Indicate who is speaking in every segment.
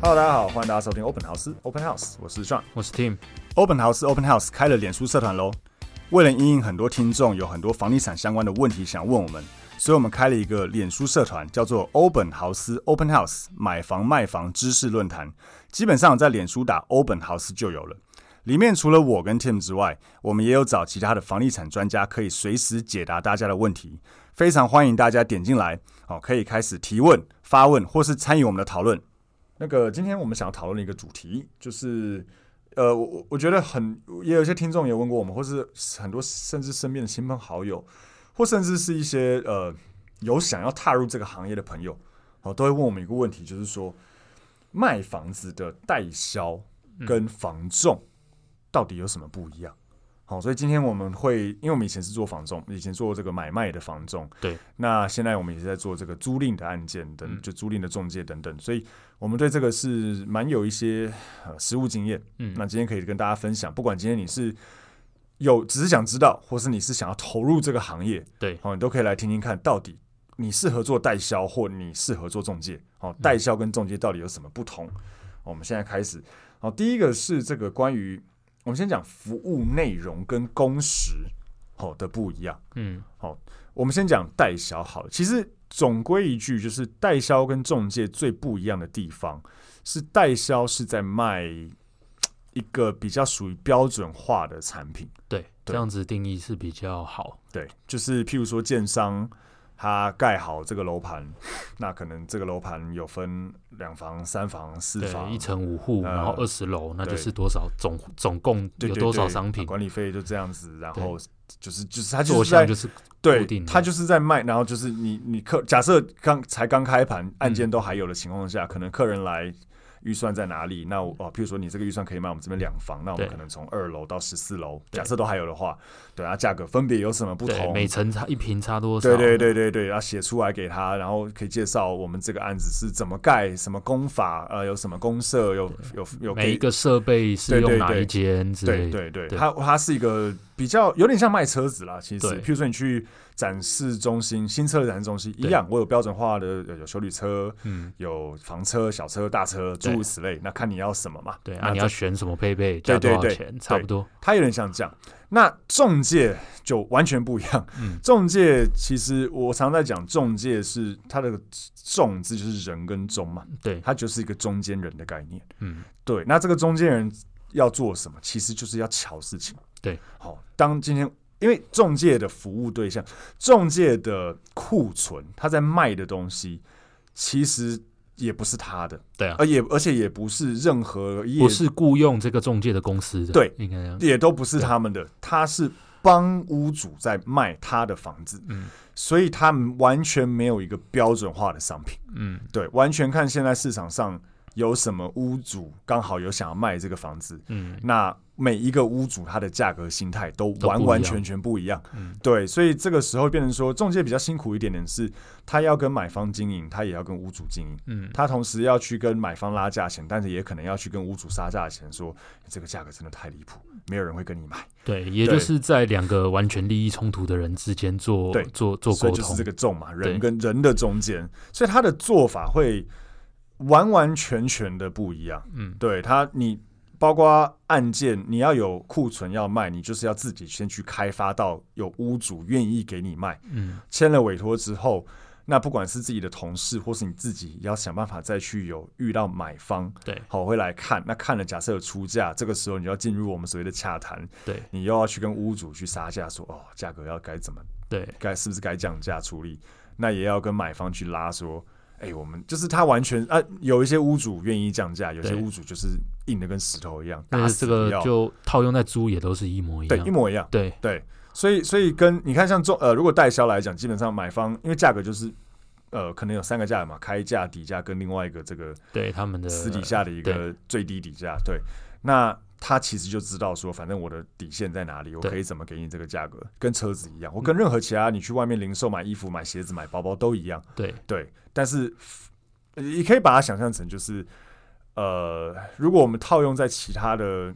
Speaker 1: Hello，大家好，欢迎大家收听 Open House Open House，我是 John。
Speaker 2: 我是 Tim，
Speaker 1: Open House Open House 开了脸书社团喽。为了因应很多听众有很多房地产相关的问题想问我们，所以我们开了一个脸书社团，叫做 Open House Open House 买房卖房知识论坛。基本上在脸书打 Open House 就有了。里面除了我跟 Tim 之外，我们也有找其他的房地产专家，可以随时解答大家的问题。非常欢迎大家点进来，好、可以开始提问、发问，或是参与我们的讨论。那个，今天我们想要讨论的一个主题，就是呃，我我我觉得很也有一些听众也问过我们，或是很多甚至身边的亲朋好友，或甚至是一些呃有想要踏入这个行业的朋友，哦，都会问我们一个问题，就是说卖房子的代销跟房仲到底有什么不一样？好，所以今天我们会，因为我们以前是做房仲，以前做这个买卖的房仲，
Speaker 2: 对，
Speaker 1: 那现在我们也是在做这个租赁的案件等，就租赁的中介等等，所以我们对这个是蛮有一些呃实务经验。
Speaker 2: 嗯
Speaker 1: 那今天可以跟大家分享，不管今天你是有只是想知道，或是你是想要投入这个行业，
Speaker 2: 对，
Speaker 1: 哦，你都可以来听听看，到底你适合做代销或你适合做中介，哦，
Speaker 2: 嗯
Speaker 1: 代销跟中介到底有什么不同？哦我们现在开始，哦，第一个是这个关于我们先讲服务内容跟工时哦的不一样。哦
Speaker 2: 嗯，
Speaker 1: 我们先讲代销好了，其实总归一句，就是代销跟中介最不一样的地方是，代销是在卖一个比较属于标准化的产品。
Speaker 2: 对，这样子定义是比较好。
Speaker 1: 对，就是譬如说建商他盖好这个楼盘，那可能这个楼盘有分两房、三房、四
Speaker 2: 对，
Speaker 1: 房，
Speaker 2: 一层五户，
Speaker 1: 呃
Speaker 2: 然后二十楼，那
Speaker 1: 对
Speaker 2: 就是多少总总共
Speaker 1: 对
Speaker 2: 有
Speaker 1: 对
Speaker 2: 多少
Speaker 1: 对
Speaker 2: 商品？
Speaker 1: 管理费就这样子，然
Speaker 2: 对
Speaker 1: 后就是就是他就
Speaker 2: 坐
Speaker 1: 是在
Speaker 2: 向就是
Speaker 1: 对
Speaker 2: 固定，的
Speaker 1: 他就是在卖，然后就是你你客假设刚才刚开盘，案
Speaker 2: 嗯
Speaker 1: 件都还有的情况下，可能客人来预算在哪里？那我哦，譬如说你这个预算可以买我们这边两房，那我们
Speaker 2: 对
Speaker 1: 可能从二楼到十四楼，
Speaker 2: 对
Speaker 1: 假设都还有的话，对啊，价格分别有什么不
Speaker 2: 对，
Speaker 1: 同？
Speaker 2: 每层差一平差多少？
Speaker 1: 对对对对对，然后写出来给他，然后可以介绍我们这个案子是怎么盖、什么工法，呃，有什么公社，有有有
Speaker 2: 每
Speaker 1: 给
Speaker 2: 一个设备是
Speaker 1: 对对
Speaker 2: 用哪
Speaker 1: 对
Speaker 2: 一间之
Speaker 1: 对
Speaker 2: 类的？
Speaker 1: 对对，
Speaker 2: 对
Speaker 1: 它它是一个比较有点像卖车子啦，其实，
Speaker 2: 对
Speaker 1: 譬如说你去展示中心、新车的展示中心一
Speaker 2: 对
Speaker 1: 样，我有标准化的呃有有修理车、
Speaker 2: 嗯，
Speaker 1: 有房车、小车、大车，诸
Speaker 2: 对
Speaker 1: 如此类，那看你要什么嘛。
Speaker 2: 对，
Speaker 1: 那
Speaker 2: 啊，你
Speaker 1: 这
Speaker 2: 要选什么配备，
Speaker 1: 对
Speaker 2: 加
Speaker 1: 对
Speaker 2: 多少
Speaker 1: 对
Speaker 2: 钱？差不多。
Speaker 1: 它有点像这样。那中介就完全不一样。
Speaker 2: 嗯
Speaker 1: 中介其实我常在讲，中介是它的“中”字就是人跟中嘛，
Speaker 2: 对，
Speaker 1: 它就是一个中间人的概念。
Speaker 2: 嗯，
Speaker 1: 对，那这个中间人要做什么？其实就是要瞧事情。
Speaker 2: 对，
Speaker 1: 好，当今天因为中介的服务对象，中介的库存，他在卖的东西，其实也不是他的，
Speaker 2: 对啊，
Speaker 1: 而也而且也不是任何业
Speaker 2: 不是雇佣这个中介的公司的，
Speaker 1: 对
Speaker 2: 应该这样。
Speaker 1: 也都不是他们的，他是帮屋主在卖他的房子，
Speaker 2: 嗯
Speaker 1: 所以他们完全没有一个标准化的商品。
Speaker 2: 嗯，
Speaker 1: 对，完全看现在市场上有什么屋主刚好有想要卖这个房子，
Speaker 2: 嗯，
Speaker 1: 那每一个屋主他的价格心态都
Speaker 2: 都不一
Speaker 1: 完
Speaker 2: 样
Speaker 1: 完全全不一样，
Speaker 2: 嗯
Speaker 1: 对，所以这个时候变成说，中介比较辛苦一点点是，他要跟买方经营，他也要跟屋主经营，
Speaker 2: 嗯
Speaker 1: 他同时要去跟买方拉价钱，但是也可能要去跟屋主杀价钱说这个价格真的太离谱，没有人会跟你买，
Speaker 2: 对，也
Speaker 1: 对
Speaker 2: 就是在两个完全利益冲突的人之间做
Speaker 1: 对
Speaker 2: 做做
Speaker 1: 所
Speaker 2: 沟
Speaker 1: 以就是
Speaker 2: 通
Speaker 1: 这，个重嘛，人
Speaker 2: 对
Speaker 1: 跟人的中间，所以他的做法会完完全全的不一样。
Speaker 2: 嗯，
Speaker 1: 对他，你包括案件，你要有库存要卖，你就是要自己先去开发到有屋主愿意给你卖，
Speaker 2: 嗯，
Speaker 1: 签了委托之后。那不管是自己的同事，或是你自己，要想办法再去有遇到买方，
Speaker 2: 对
Speaker 1: 好会来看。那看了，假设有出价，这个时候你就要进入我们所谓的洽谈，
Speaker 2: 对
Speaker 1: 你又要去跟屋主去杀价，说哦，价格要该怎么
Speaker 2: 对
Speaker 1: 该是不是该降价处理，那也要跟买方去拉说，哎、我们就是他完全啊，有一些屋主愿意降价，有些
Speaker 2: 对
Speaker 1: 屋主就是硬的跟石头一样，打
Speaker 2: 但是
Speaker 1: 死
Speaker 2: 这
Speaker 1: 不
Speaker 2: 个
Speaker 1: 要
Speaker 2: 就套用在租也都是一模一
Speaker 1: 对
Speaker 2: 样，
Speaker 1: 一模一样。
Speaker 2: 对
Speaker 1: 对，所以所以跟你看像中呃，如果代销来讲，基本上买方因为价格就是呃，可能有三个价嘛，开价、底价跟另外一个这个
Speaker 2: 对他们的
Speaker 1: 私底下的一个最低底价。对，那他其实就知道说，反正我的底线在哪里，我
Speaker 2: 对嗯
Speaker 1: 可以怎么给你这个价格，跟车子一样，或跟任何其他你去外面零售买衣服、买鞋子、买包包都一样。
Speaker 2: 对
Speaker 1: 对，但是呃也可以把它想象成就是，呃，如果我们套用在其他的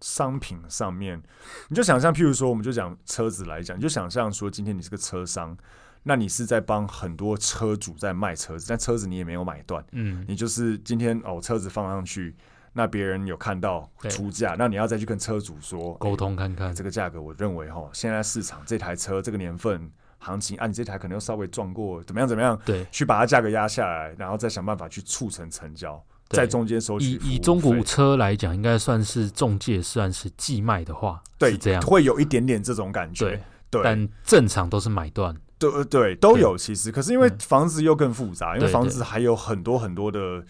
Speaker 1: 商品上面，你就想象，譬如说，我们就讲车子来讲，你就想象说，今天你是个车商，那你是在帮很多车主在卖车子，但车子你也没有买断，
Speaker 2: 嗯
Speaker 1: 你就是今天哦，车子放上去。那别人有看到
Speaker 2: 对
Speaker 1: 出价，那你要再去跟车主说哎
Speaker 2: 沟通看看
Speaker 1: 这个价格，我认为哈，现在市场这台车这个年份行情啊，你这台可能又稍微撞过，怎么样怎么样，
Speaker 2: 对。
Speaker 1: 去把它价格压下来，然后再想办法去促成成交，
Speaker 2: 对
Speaker 1: 在中间收取
Speaker 2: 以
Speaker 1: 服务
Speaker 2: 以中古
Speaker 1: 费
Speaker 2: 车来讲，应该算是中介，算是寄卖的话，
Speaker 1: 对
Speaker 2: 是这样，
Speaker 1: 会有一点点这种感觉
Speaker 2: 对，。
Speaker 1: 对
Speaker 2: 但正常都是买断，
Speaker 1: 对对都有其实，可是因为
Speaker 2: 嗯
Speaker 1: 房子又更复杂，因为
Speaker 2: 对
Speaker 1: 房子还有很多很多的。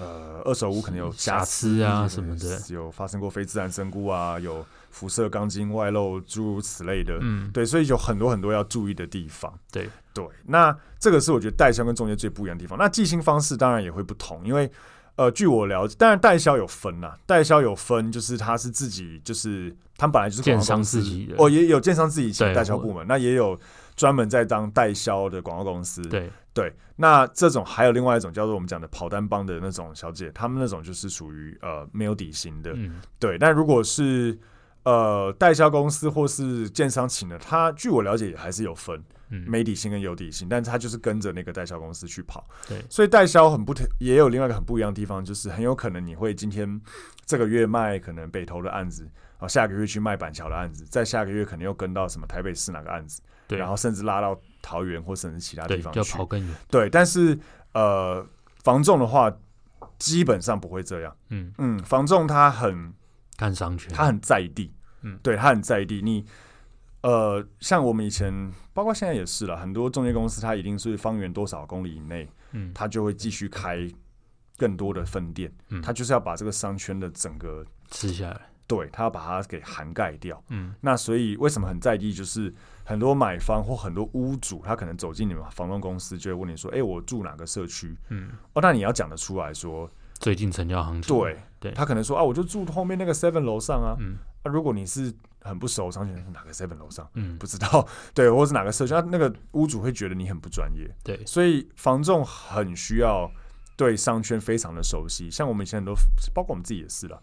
Speaker 1: 呃，二手屋可能有瑕
Speaker 2: 瑕
Speaker 1: 疵
Speaker 2: 疵啊
Speaker 1: 有
Speaker 2: 什么的
Speaker 1: 有发生过非自然身故啊，有辐射钢筋外露，诸如此类的。
Speaker 2: 嗯，
Speaker 1: 对，所以有很多很多要注意的地方。
Speaker 2: 对
Speaker 1: 对，那这个是我觉得代销跟中介最不一样的地方。那寄信方式当然也会不同，因为呃，据我了解，当然代销有分啦，代销有分，就是他是自己，就是他们本来就是广告
Speaker 2: 建商
Speaker 1: 公司
Speaker 2: 自己的
Speaker 1: 哦，也有建商自己请
Speaker 2: 对
Speaker 1: 代销
Speaker 2: 我
Speaker 1: 部门，那也有专门在当代销的广告公司。
Speaker 2: 对
Speaker 1: 对，那这种还有另外一种叫做我们讲的跑单帮的那种小姐，他们那种就是属于呃没有底薪的，
Speaker 2: 嗯，
Speaker 1: 对，但如果是呃代销公司或是建商请的，他据我了解也还是有分，
Speaker 2: 嗯
Speaker 1: 没底薪跟有底薪，但他就是跟着那个代销公司去跑。
Speaker 2: 对
Speaker 1: 所以代销很不同，也有另外一个很不一样的地方，就是很有可能你会今天这个月卖可能北投的案子，然后下个月去卖板桥的案子，再下个月可能又跟到什么台北市哪个案子，
Speaker 2: 对，
Speaker 1: 然后甚至拉到桃园或甚至其他地
Speaker 2: 对
Speaker 1: 方
Speaker 2: 就要
Speaker 1: 去
Speaker 2: 跑。更远，
Speaker 1: 对，但是呃，房仲的话基本上不会这样。
Speaker 2: 嗯，
Speaker 1: 嗯，房仲他很
Speaker 2: 看商圈，
Speaker 1: 他很在地，嗯
Speaker 2: 嗯，
Speaker 1: 对他很在地。你呃，像我们以前，包括现在也是了，很多中介公司，它一定是方圆多少公里以内，
Speaker 2: 嗯
Speaker 1: 它就会继续开更多的分店，
Speaker 2: 嗯
Speaker 1: 它就是要把这个商圈的整个，
Speaker 2: 吃下来，
Speaker 1: 对，它要把它给涵盖掉。
Speaker 2: 嗯，
Speaker 1: 那所以为什么很在地，就是很多买方或很多屋主，他可能走进你们房东公司，就会问你说：“哎、我住哪个社区？”嗯
Speaker 2: 嗯，
Speaker 1: 哦，那你要讲得出来说，
Speaker 2: 最近成交行情，
Speaker 1: 对，
Speaker 2: 对
Speaker 1: 他可能说啊，我就住后面那个 Seven 楼上啊。
Speaker 2: 嗯
Speaker 1: 啊，如果你是很不熟，商圈是哪个 Seven 楼上
Speaker 2: 嗯
Speaker 1: 不，知道， 对，或是哪个社区，啊那那个屋主会觉得你很不专业，
Speaker 2: 对，
Speaker 1: 所以房仲很需要对商圈非常的熟悉。像我们以前很多，包括我们自己也是啦，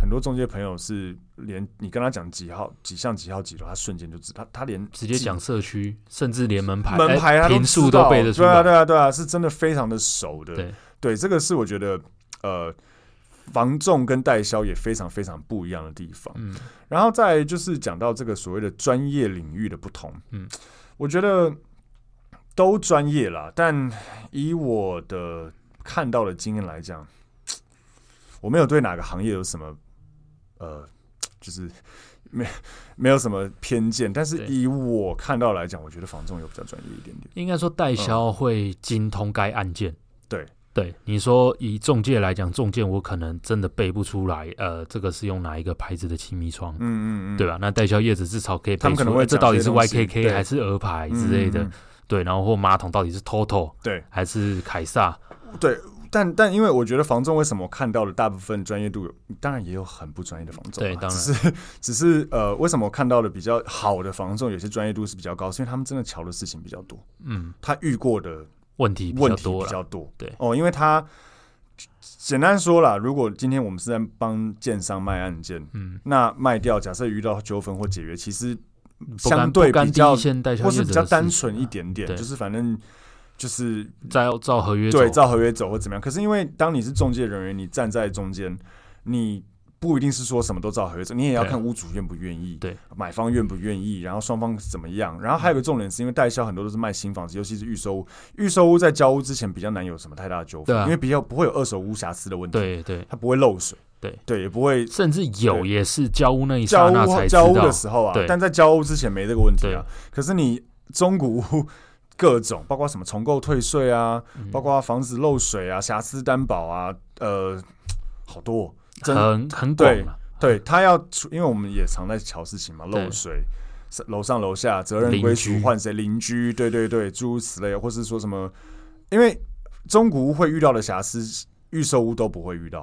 Speaker 1: 很多中介朋友是连你跟他讲几号、几项、几号、几楼，他瞬间就知道，他他连
Speaker 2: 直接
Speaker 1: 几
Speaker 2: 讲社区，甚至连门牌、
Speaker 1: 门牌
Speaker 2: 哎
Speaker 1: 他
Speaker 2: 平
Speaker 1: 数
Speaker 2: 数都背得出
Speaker 1: 对啊，
Speaker 2: 来，
Speaker 1: 对啊啊，对啊，是真的非常的熟的。
Speaker 2: 对
Speaker 1: 对，这个是我觉得呃，房仲跟代销也非常非常不一样的地方。
Speaker 2: 嗯，
Speaker 1: 然后再来就是讲到这个所谓的专业领域的不同，嗯
Speaker 2: 嗯，
Speaker 1: 我觉得都专业啦，但以我的看到的经验来讲，我没有对哪个行业有什么呃，就是没没有什么偏见，但是
Speaker 2: 对
Speaker 1: 以我看到来讲，我觉得房仲有比较专业一点点，
Speaker 2: 应该说代销会精通该案件。
Speaker 1: 嗯对
Speaker 2: 对，你说以中介来讲，中介我可能真的背不出来，呃，这个是用哪一个牌子的气密窗，
Speaker 1: 嗯嗯嗯，
Speaker 2: 对吧？那代销业者至少可以背
Speaker 1: 他们可能
Speaker 2: 出
Speaker 1: 会
Speaker 2: 呃这
Speaker 1: 讲
Speaker 2: 到底
Speaker 1: 这些
Speaker 2: 是
Speaker 1: 东西对
Speaker 2: YKK 还是鹅牌
Speaker 1: 嗯
Speaker 2: 之类的，
Speaker 1: 嗯
Speaker 2: 对，然后或马桶到底是 Toto
Speaker 1: 对
Speaker 2: 还是凯撒，
Speaker 1: 对。但但因为我觉得房仲为什么我看到的大部分专业度有，当然也有很不专业的房仲啊，
Speaker 2: 对当然
Speaker 1: 只是只是呃，为什么我看到的比较好的房仲有些专业度是比较高，是因为他们真的瞧的事情比较多，
Speaker 2: 嗯，
Speaker 1: 他遇过的
Speaker 2: 问题比
Speaker 1: 问
Speaker 2: 较
Speaker 1: 题
Speaker 2: 多
Speaker 1: 比
Speaker 2: 了，
Speaker 1: 较多，
Speaker 2: 对
Speaker 1: 哦，因为他简单说啦，如果今天我们是在帮建商卖案件，
Speaker 2: 嗯，
Speaker 1: 那卖掉，假设遇到纠纷或解约，其实
Speaker 2: 不甘
Speaker 1: 相对
Speaker 2: 不甘
Speaker 1: 比较
Speaker 2: 低线代销
Speaker 1: 或
Speaker 2: 业
Speaker 1: 是
Speaker 2: 者
Speaker 1: 比较
Speaker 2: 的事
Speaker 1: 单
Speaker 2: 情
Speaker 1: 纯一
Speaker 2: 啊，
Speaker 1: 点点，
Speaker 2: 对
Speaker 1: 就是反正就是
Speaker 2: 照照合约
Speaker 1: 对，
Speaker 2: 走
Speaker 1: 照合约走或怎么样。可是因为当你是中介人员，你站在中间，你不一定是说什么都照合约走，你也要
Speaker 2: 对啊
Speaker 1: 看屋主愿不愿意，
Speaker 2: 对，
Speaker 1: 买方愿不愿意，然后双方怎么样。然后还有个重点是因为代销很多都是卖新房子，尤其是预售屋，预售屋在交屋之前比较难有什么太大的纠纷，
Speaker 2: 对啊
Speaker 1: 因为比较不会有二手屋瑕疵的问题，
Speaker 2: 对对，
Speaker 1: 它不会漏水，
Speaker 2: 对
Speaker 1: 对，也不会
Speaker 2: 甚至有
Speaker 1: 对
Speaker 2: 也是交屋那一
Speaker 1: 交
Speaker 2: 刹那
Speaker 1: 屋
Speaker 2: 才知
Speaker 1: 交屋
Speaker 2: 道
Speaker 1: 的，时候啊
Speaker 2: 对，
Speaker 1: 但在交屋之前没这个问题啊。可是你中古屋各种， 包括什么重购退
Speaker 2: 嗯
Speaker 1: 税啊，包括房子漏水啊、瑕疵担保啊，呃，好多哦、真
Speaker 2: 很很广
Speaker 1: 对
Speaker 2: 啊，
Speaker 1: 对他要出，因为我们也常在瞧事情嘛，
Speaker 2: 对
Speaker 1: 漏水、是楼上楼下责任
Speaker 2: 邻
Speaker 1: 归属
Speaker 2: 居
Speaker 1: 换谁邻居，对对对，诸如此类，或是说什么，因为中古屋会遇到的瑕疵，预售屋都不会遇到。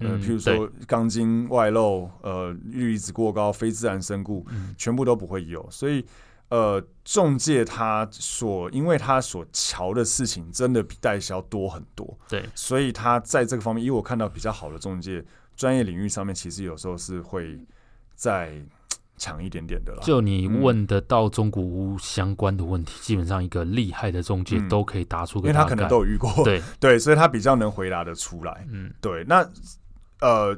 Speaker 1: 呃，
Speaker 2: 嗯
Speaker 1: 譬如说钢筋外露、呃氯离子过高、非自然身故，
Speaker 2: 嗯
Speaker 1: 全部都不会有。所以，呃，中介他所因为他所瞧的事情真的比代销多很多。
Speaker 2: 对，
Speaker 1: 所以他在这个方面，以我看到比较好的中介专业领域上面，其实有时候是会再嘖强一点点的啦。
Speaker 2: 就你
Speaker 1: 嗯
Speaker 2: 问得到中古屋相关的问题，基本上一个厉害的中介
Speaker 1: 嗯
Speaker 2: 都可以答出
Speaker 1: 因
Speaker 2: 个
Speaker 1: 为他
Speaker 2: 大
Speaker 1: 可
Speaker 2: 概
Speaker 1: 能。都有遇过，
Speaker 2: 对，
Speaker 1: 对，所以他比较能回答的出来。
Speaker 2: 嗯，
Speaker 1: 对，那呃，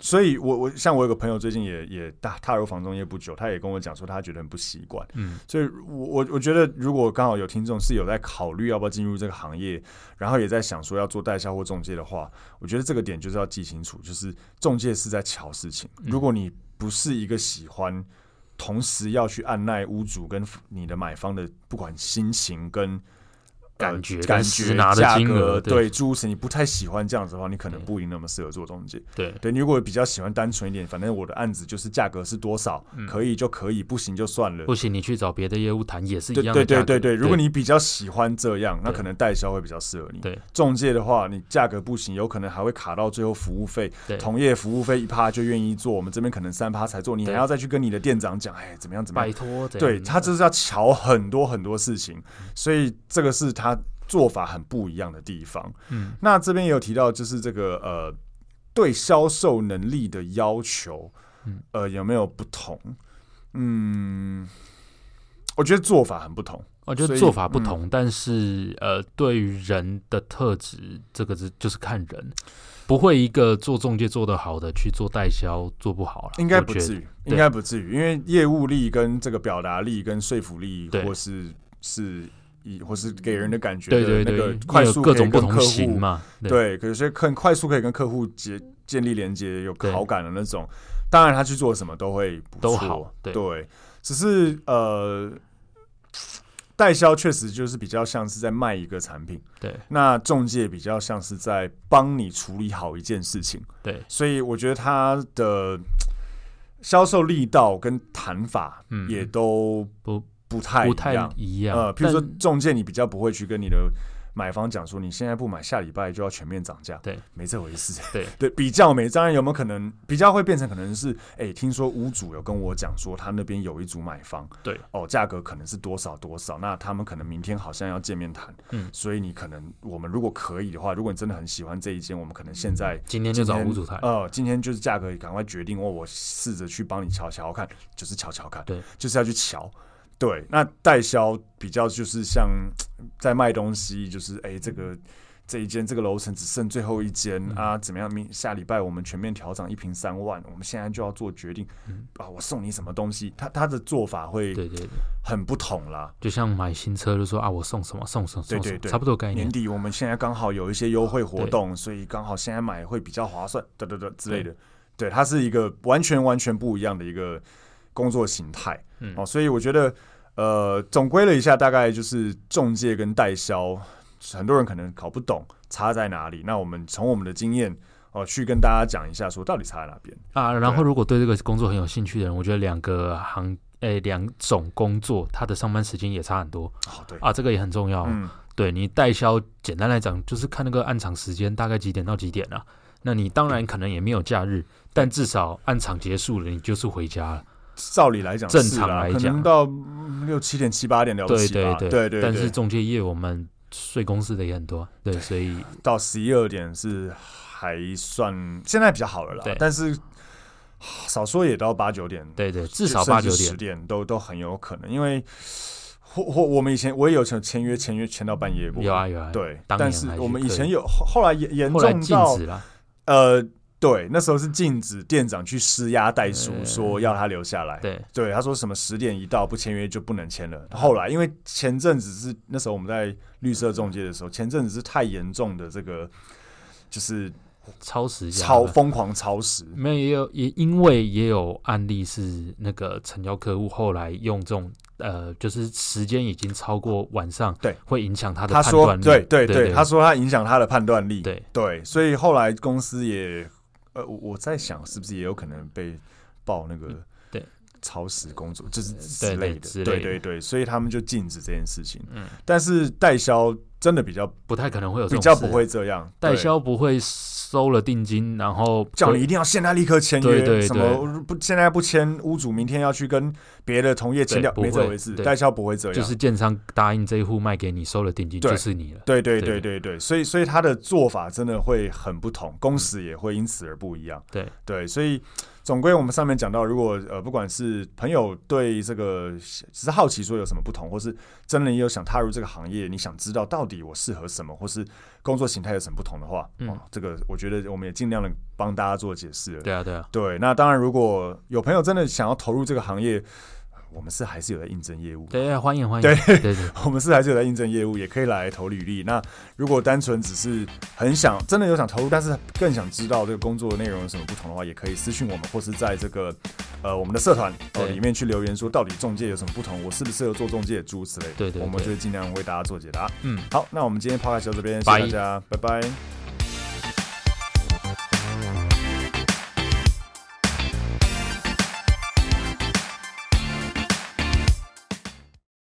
Speaker 1: 所以我我像我有个朋友最近也也踏踏入房中业不久，他也跟我讲说他觉得很不习惯，
Speaker 2: 嗯，
Speaker 1: 所以我我我觉得如果刚好有听众是有在考虑要不要进入这个行业，然后也在想说要做代销或中介的话，我觉得这个点就是要记清楚，就是中介是在瞧事情，
Speaker 2: 嗯
Speaker 1: 如果你不是一个喜欢。同时要去按耐屋主跟你的买方的，不管心情跟呃
Speaker 2: 感觉
Speaker 1: 感
Speaker 2: 跟
Speaker 1: 觉
Speaker 2: 实拿的
Speaker 1: 价
Speaker 2: 金
Speaker 1: 格
Speaker 2: 额，
Speaker 1: 对诸如此类，你不太喜欢这样子的话，你可能
Speaker 2: 对
Speaker 1: 不一定那么适合做中介。
Speaker 2: 对，
Speaker 1: 对，你如果比较喜欢单纯一点，反正我的案子就是价格是多少，可以就可以，不行就算了
Speaker 2: 嗯不。行你去找别的业务谈也是一
Speaker 1: 对
Speaker 2: 样
Speaker 1: 对
Speaker 2: 的价
Speaker 1: 对
Speaker 2: 格。
Speaker 1: 对对，如果你比较喜欢这样，那
Speaker 2: 对
Speaker 1: 可能代销会比较适合你。
Speaker 2: 对
Speaker 1: 中介的话，你价格不行，有可能还会卡到最后服务费，
Speaker 2: 对
Speaker 1: 同业服务费一趴就愿意做，我们这边可能三趴才做，你还
Speaker 2: 对嗯
Speaker 1: 要再去跟你的店长讲，哎，怎么样怎么样
Speaker 2: 拜，托，怎样
Speaker 1: 对他就是要瞧很多很多事情，所以这个是他做法很不一样的地方。
Speaker 2: 嗯，
Speaker 1: 那这边也有提到，就是这个呃，对销售能力的要求，
Speaker 2: 嗯
Speaker 1: 呃，有没有不同？嗯，我觉得做法很不同。
Speaker 2: 我觉
Speaker 1: 所
Speaker 2: 得
Speaker 1: 以嗯
Speaker 2: 做法不同，但是呃，对于人的特质，这个是就是看人，不会一个做中介做得好的去做代销做不好了，
Speaker 1: 应该
Speaker 2: 我
Speaker 1: 不
Speaker 2: 觉得
Speaker 1: 至于，
Speaker 2: 对
Speaker 1: 应该不至于，因为业务力跟这个表达力跟说服力，
Speaker 2: 对
Speaker 1: 或是是以或是给人的感觉
Speaker 2: 对
Speaker 1: 的
Speaker 2: 对
Speaker 1: 那个
Speaker 2: 对，
Speaker 1: 快
Speaker 2: 因为
Speaker 1: 速
Speaker 2: 有各
Speaker 1: 可以
Speaker 2: 种不
Speaker 1: 跟
Speaker 2: 同
Speaker 1: 客户
Speaker 2: 型嘛，对
Speaker 1: 对，可是很快速可以跟客户结建立连接、有
Speaker 2: 对
Speaker 1: 好感的那种。当然，他去做什么都会不
Speaker 2: 都
Speaker 1: 错
Speaker 2: 好对
Speaker 1: 对，只是呃，代销确实就是比较像是在卖一个产品，
Speaker 2: 对
Speaker 1: 那中介比较像是在帮你处理好一件事情。
Speaker 2: 对，
Speaker 1: 所以我觉得他的销售力道跟谈法
Speaker 2: 嗯
Speaker 1: 也都
Speaker 2: 不
Speaker 1: 不太
Speaker 2: 不
Speaker 1: 一
Speaker 2: 太
Speaker 1: 样。
Speaker 2: 一样。
Speaker 1: 呃，譬如说
Speaker 2: 但
Speaker 1: 中介，你比较不会去跟你的买方讲说，你现在不买，下礼拜就要全面涨价，
Speaker 2: 对，
Speaker 1: 没这回事。
Speaker 2: 对
Speaker 1: 对，比较没，当然有没有可能比较会变成可能是，哎、听说屋主有跟我讲说，他那边有一组买方，
Speaker 2: 对，
Speaker 1: 哦，价格可能是多少多少，那他们可能明天好像要见面谈，
Speaker 2: 嗯
Speaker 1: 所以你可能我们如果可以的话，如果你真的很喜欢这一间，我们可能现在。
Speaker 2: 今天就找屋主谈，
Speaker 1: 呃，今天就是价格赶快决定，哦，我试着去帮你瞧瞧看，就是瞧瞧看，
Speaker 2: 对，
Speaker 1: 就是要去瞧。对，那代销比较就是像在卖东西，就是哎、这个这一间这个楼层只剩最后一间、
Speaker 2: 嗯
Speaker 1: 啊，怎么样？明下礼拜我们全面调涨，一平三万，我们现在就要做决定、啊，我送你什么东西？他他的做法会
Speaker 2: 嗯对对对，
Speaker 1: 很不同啦。
Speaker 2: 就像买新车就说啊，我送什么送什么
Speaker 1: 对
Speaker 2: 送什
Speaker 1: 对
Speaker 2: 么，
Speaker 1: 对，
Speaker 2: 差不多概念
Speaker 1: 年。底我们现在刚好有一些优惠活动，所以刚好现在买会比较划算，对对对之类的。对，它是一个完全完全不一样的一个工作形态。
Speaker 2: 嗯
Speaker 1: 哦，所以我觉得，呃，总归了一下，大概就是中介跟代销，很多人可能搞不懂差在哪里。那我们从我们的经验哦，去跟大家讲一下，说到底差在哪边。
Speaker 2: 啊，
Speaker 1: 对
Speaker 2: 然
Speaker 1: 啊
Speaker 2: 后如果对这个工作很有兴趣的人，我觉得两个行诶两种工作，他的上班时间也差很多
Speaker 1: 哦，对，
Speaker 2: 啊，这个也很重要哦。
Speaker 1: 嗯，
Speaker 2: 对你代销，简单来讲就是看那个按场时间大概几点到几点啊。那你当然可能也没有假日，但至少按场结束了，你就是回家了。
Speaker 1: 照理来讲是啦，
Speaker 2: 正常来
Speaker 1: 可能
Speaker 2: 讲
Speaker 1: 到嗯六七点、七八点了不
Speaker 2: 对
Speaker 1: 起
Speaker 2: 对
Speaker 1: 吧？对对，
Speaker 2: 但是中介业我们睡公司的也很多，对，所以
Speaker 1: 到十一二点是还算现在比较好了啦
Speaker 2: 对，
Speaker 1: 但是少说也到八九点，
Speaker 2: 对对，
Speaker 1: 就
Speaker 2: 至少
Speaker 1: 甚
Speaker 2: 八九
Speaker 1: 十
Speaker 2: 点。
Speaker 1: 点都都很有可能，因为或或我们以前我也有签签约，签约签到半夜过，
Speaker 2: 有啊有啊，，
Speaker 1: 对，
Speaker 2: 当年
Speaker 1: 但是
Speaker 2: 还是
Speaker 1: 我们以
Speaker 2: 可以
Speaker 1: 前有后后来严严
Speaker 2: 后来
Speaker 1: 重
Speaker 2: 禁
Speaker 1: 到
Speaker 2: 止了，
Speaker 1: 呃，对，那时候是禁止店长去施压代书，
Speaker 2: 呃
Speaker 1: 说要他留下来，
Speaker 2: 对
Speaker 1: 对，他说什么十点一到不签约就不能签了。后来因为前阵子是那时候我们在绿色中介的时候，前阵子是太严重的这个就是
Speaker 2: 超时加
Speaker 1: 超
Speaker 2: 班
Speaker 1: 疯狂超时，
Speaker 2: 没有，也有也因为也有案例是那个成交客户后来用这种呃，就是时间已经超过晚上，
Speaker 1: 对，
Speaker 2: 会影响他的
Speaker 1: 他
Speaker 2: 判
Speaker 1: 说
Speaker 2: 断力。
Speaker 1: 对对
Speaker 2: 对
Speaker 1: 对，他说他影响他的判断力，
Speaker 2: 对
Speaker 1: 对，所以后来公司也呃，我我在想是不是也有可能被报那个
Speaker 2: 嗯对
Speaker 1: 超时工作，就是之
Speaker 2: 对对
Speaker 1: 类的，
Speaker 2: 之
Speaker 1: 对
Speaker 2: 类
Speaker 1: 对对，所以他们就禁止这件事情。
Speaker 2: 嗯
Speaker 1: 但是代销真的比较
Speaker 2: 不太可能会有这
Speaker 1: 比
Speaker 2: 种
Speaker 1: 较
Speaker 2: 事
Speaker 1: 不会这样，
Speaker 2: 代
Speaker 1: 对
Speaker 2: 销不会收了定金，然后
Speaker 1: 叫你一定要现在立刻签约，
Speaker 2: 对对
Speaker 1: 什么不现在不签，屋主明天要去跟别的同业签掉，
Speaker 2: 对
Speaker 1: 没
Speaker 2: 不会
Speaker 1: 这回事，
Speaker 2: 对
Speaker 1: 代销不会这样，
Speaker 2: 就是建商答应这一户卖给你收了定金
Speaker 1: 啊对
Speaker 2: 就是你了。
Speaker 1: 对对对
Speaker 2: 对
Speaker 1: 对对，所以所以他的做法真的会很不同，工时也会因此而不一样。
Speaker 2: 对
Speaker 1: 对，所以总归我们上面讲到，如果呃不管是朋友对这个只是好奇说有什么不同，或是真的也有想踏入这个行业，你想知道到底我适合什么，或是工作形态有什么不同的话，
Speaker 2: 嗯
Speaker 1: 哦，这个我觉得我们也尽量的帮大家做解释了。
Speaker 2: 对啊，对啊，
Speaker 1: 对，那当然，如果有朋友真的想要投入这个行业，我们是还是有在应征业务，
Speaker 2: 对啊，欢迎欢迎，对对对，
Speaker 1: 我们是还是有在应征业务，也可以来投履历。那如果单纯只是很想，真的有想投入，但是更想知道这个工作内容有什么不同的话，也可以私讯我们，或是在这个呃我们的社团哦
Speaker 2: 对
Speaker 1: 里面去留言说，到底中介有什么不同，我适不适合做中介，诸如此类的。
Speaker 2: 对对
Speaker 1: 我们
Speaker 2: 对
Speaker 1: 就会尽量为大家做解答。
Speaker 2: 嗯。
Speaker 1: 好，那我们今天 p o d 到这边，谢谢
Speaker 2: 拜
Speaker 1: 大家，拜拜